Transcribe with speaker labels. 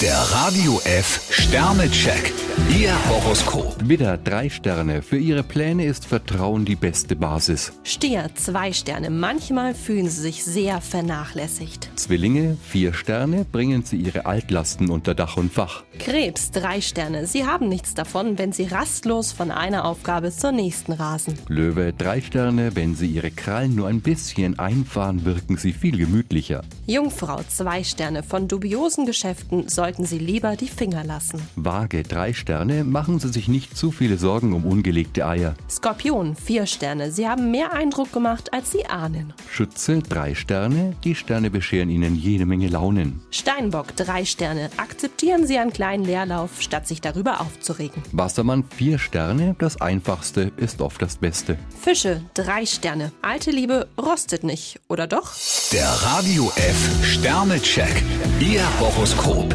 Speaker 1: Der Radio F Sternecheck. Ihr Horoskop.
Speaker 2: Widder, drei Sterne. Für Ihre Pläne ist Vertrauen die beste Basis.
Speaker 3: Stier, zwei Sterne. Manchmal fühlen Sie sich sehr vernachlässigt.
Speaker 2: Zwillinge, vier Sterne. Bringen Sie Ihre Altlasten unter Dach und Fach.
Speaker 3: Krebs, drei Sterne. Sie haben nichts davon, wenn Sie rastlos von einer Aufgabe zur nächsten rasen.
Speaker 2: Löwe, drei Sterne. Wenn Sie Ihre Krallen nur ein bisschen einfahren, wirken Sie viel gemütlicher.
Speaker 3: Jungfrau, zwei Sterne. Von dubiosen Geschäften sollten Sie lieber die Finger lassen.
Speaker 2: Waage, drei Sterne. Machen Sie sich nicht zu viele Sorgen um ungelegte Eier.
Speaker 3: Skorpion, vier Sterne. Sie haben mehr Eindruck gemacht, als Sie ahnen.
Speaker 2: Schütze, drei Sterne. Die Sterne bescheren Ihnen jede Menge Launen.
Speaker 3: Steinbock, drei Sterne. Akzeptieren Sie einen kleinen Leerlauf, statt sich darüber aufzuregen.
Speaker 2: Wassermann, vier Sterne. Das Einfachste ist oft das Beste.
Speaker 3: Fische, drei Sterne. Alte Liebe rostet nicht, oder doch?
Speaker 1: Der Radio F Sternecheck. Ihr Horoskop.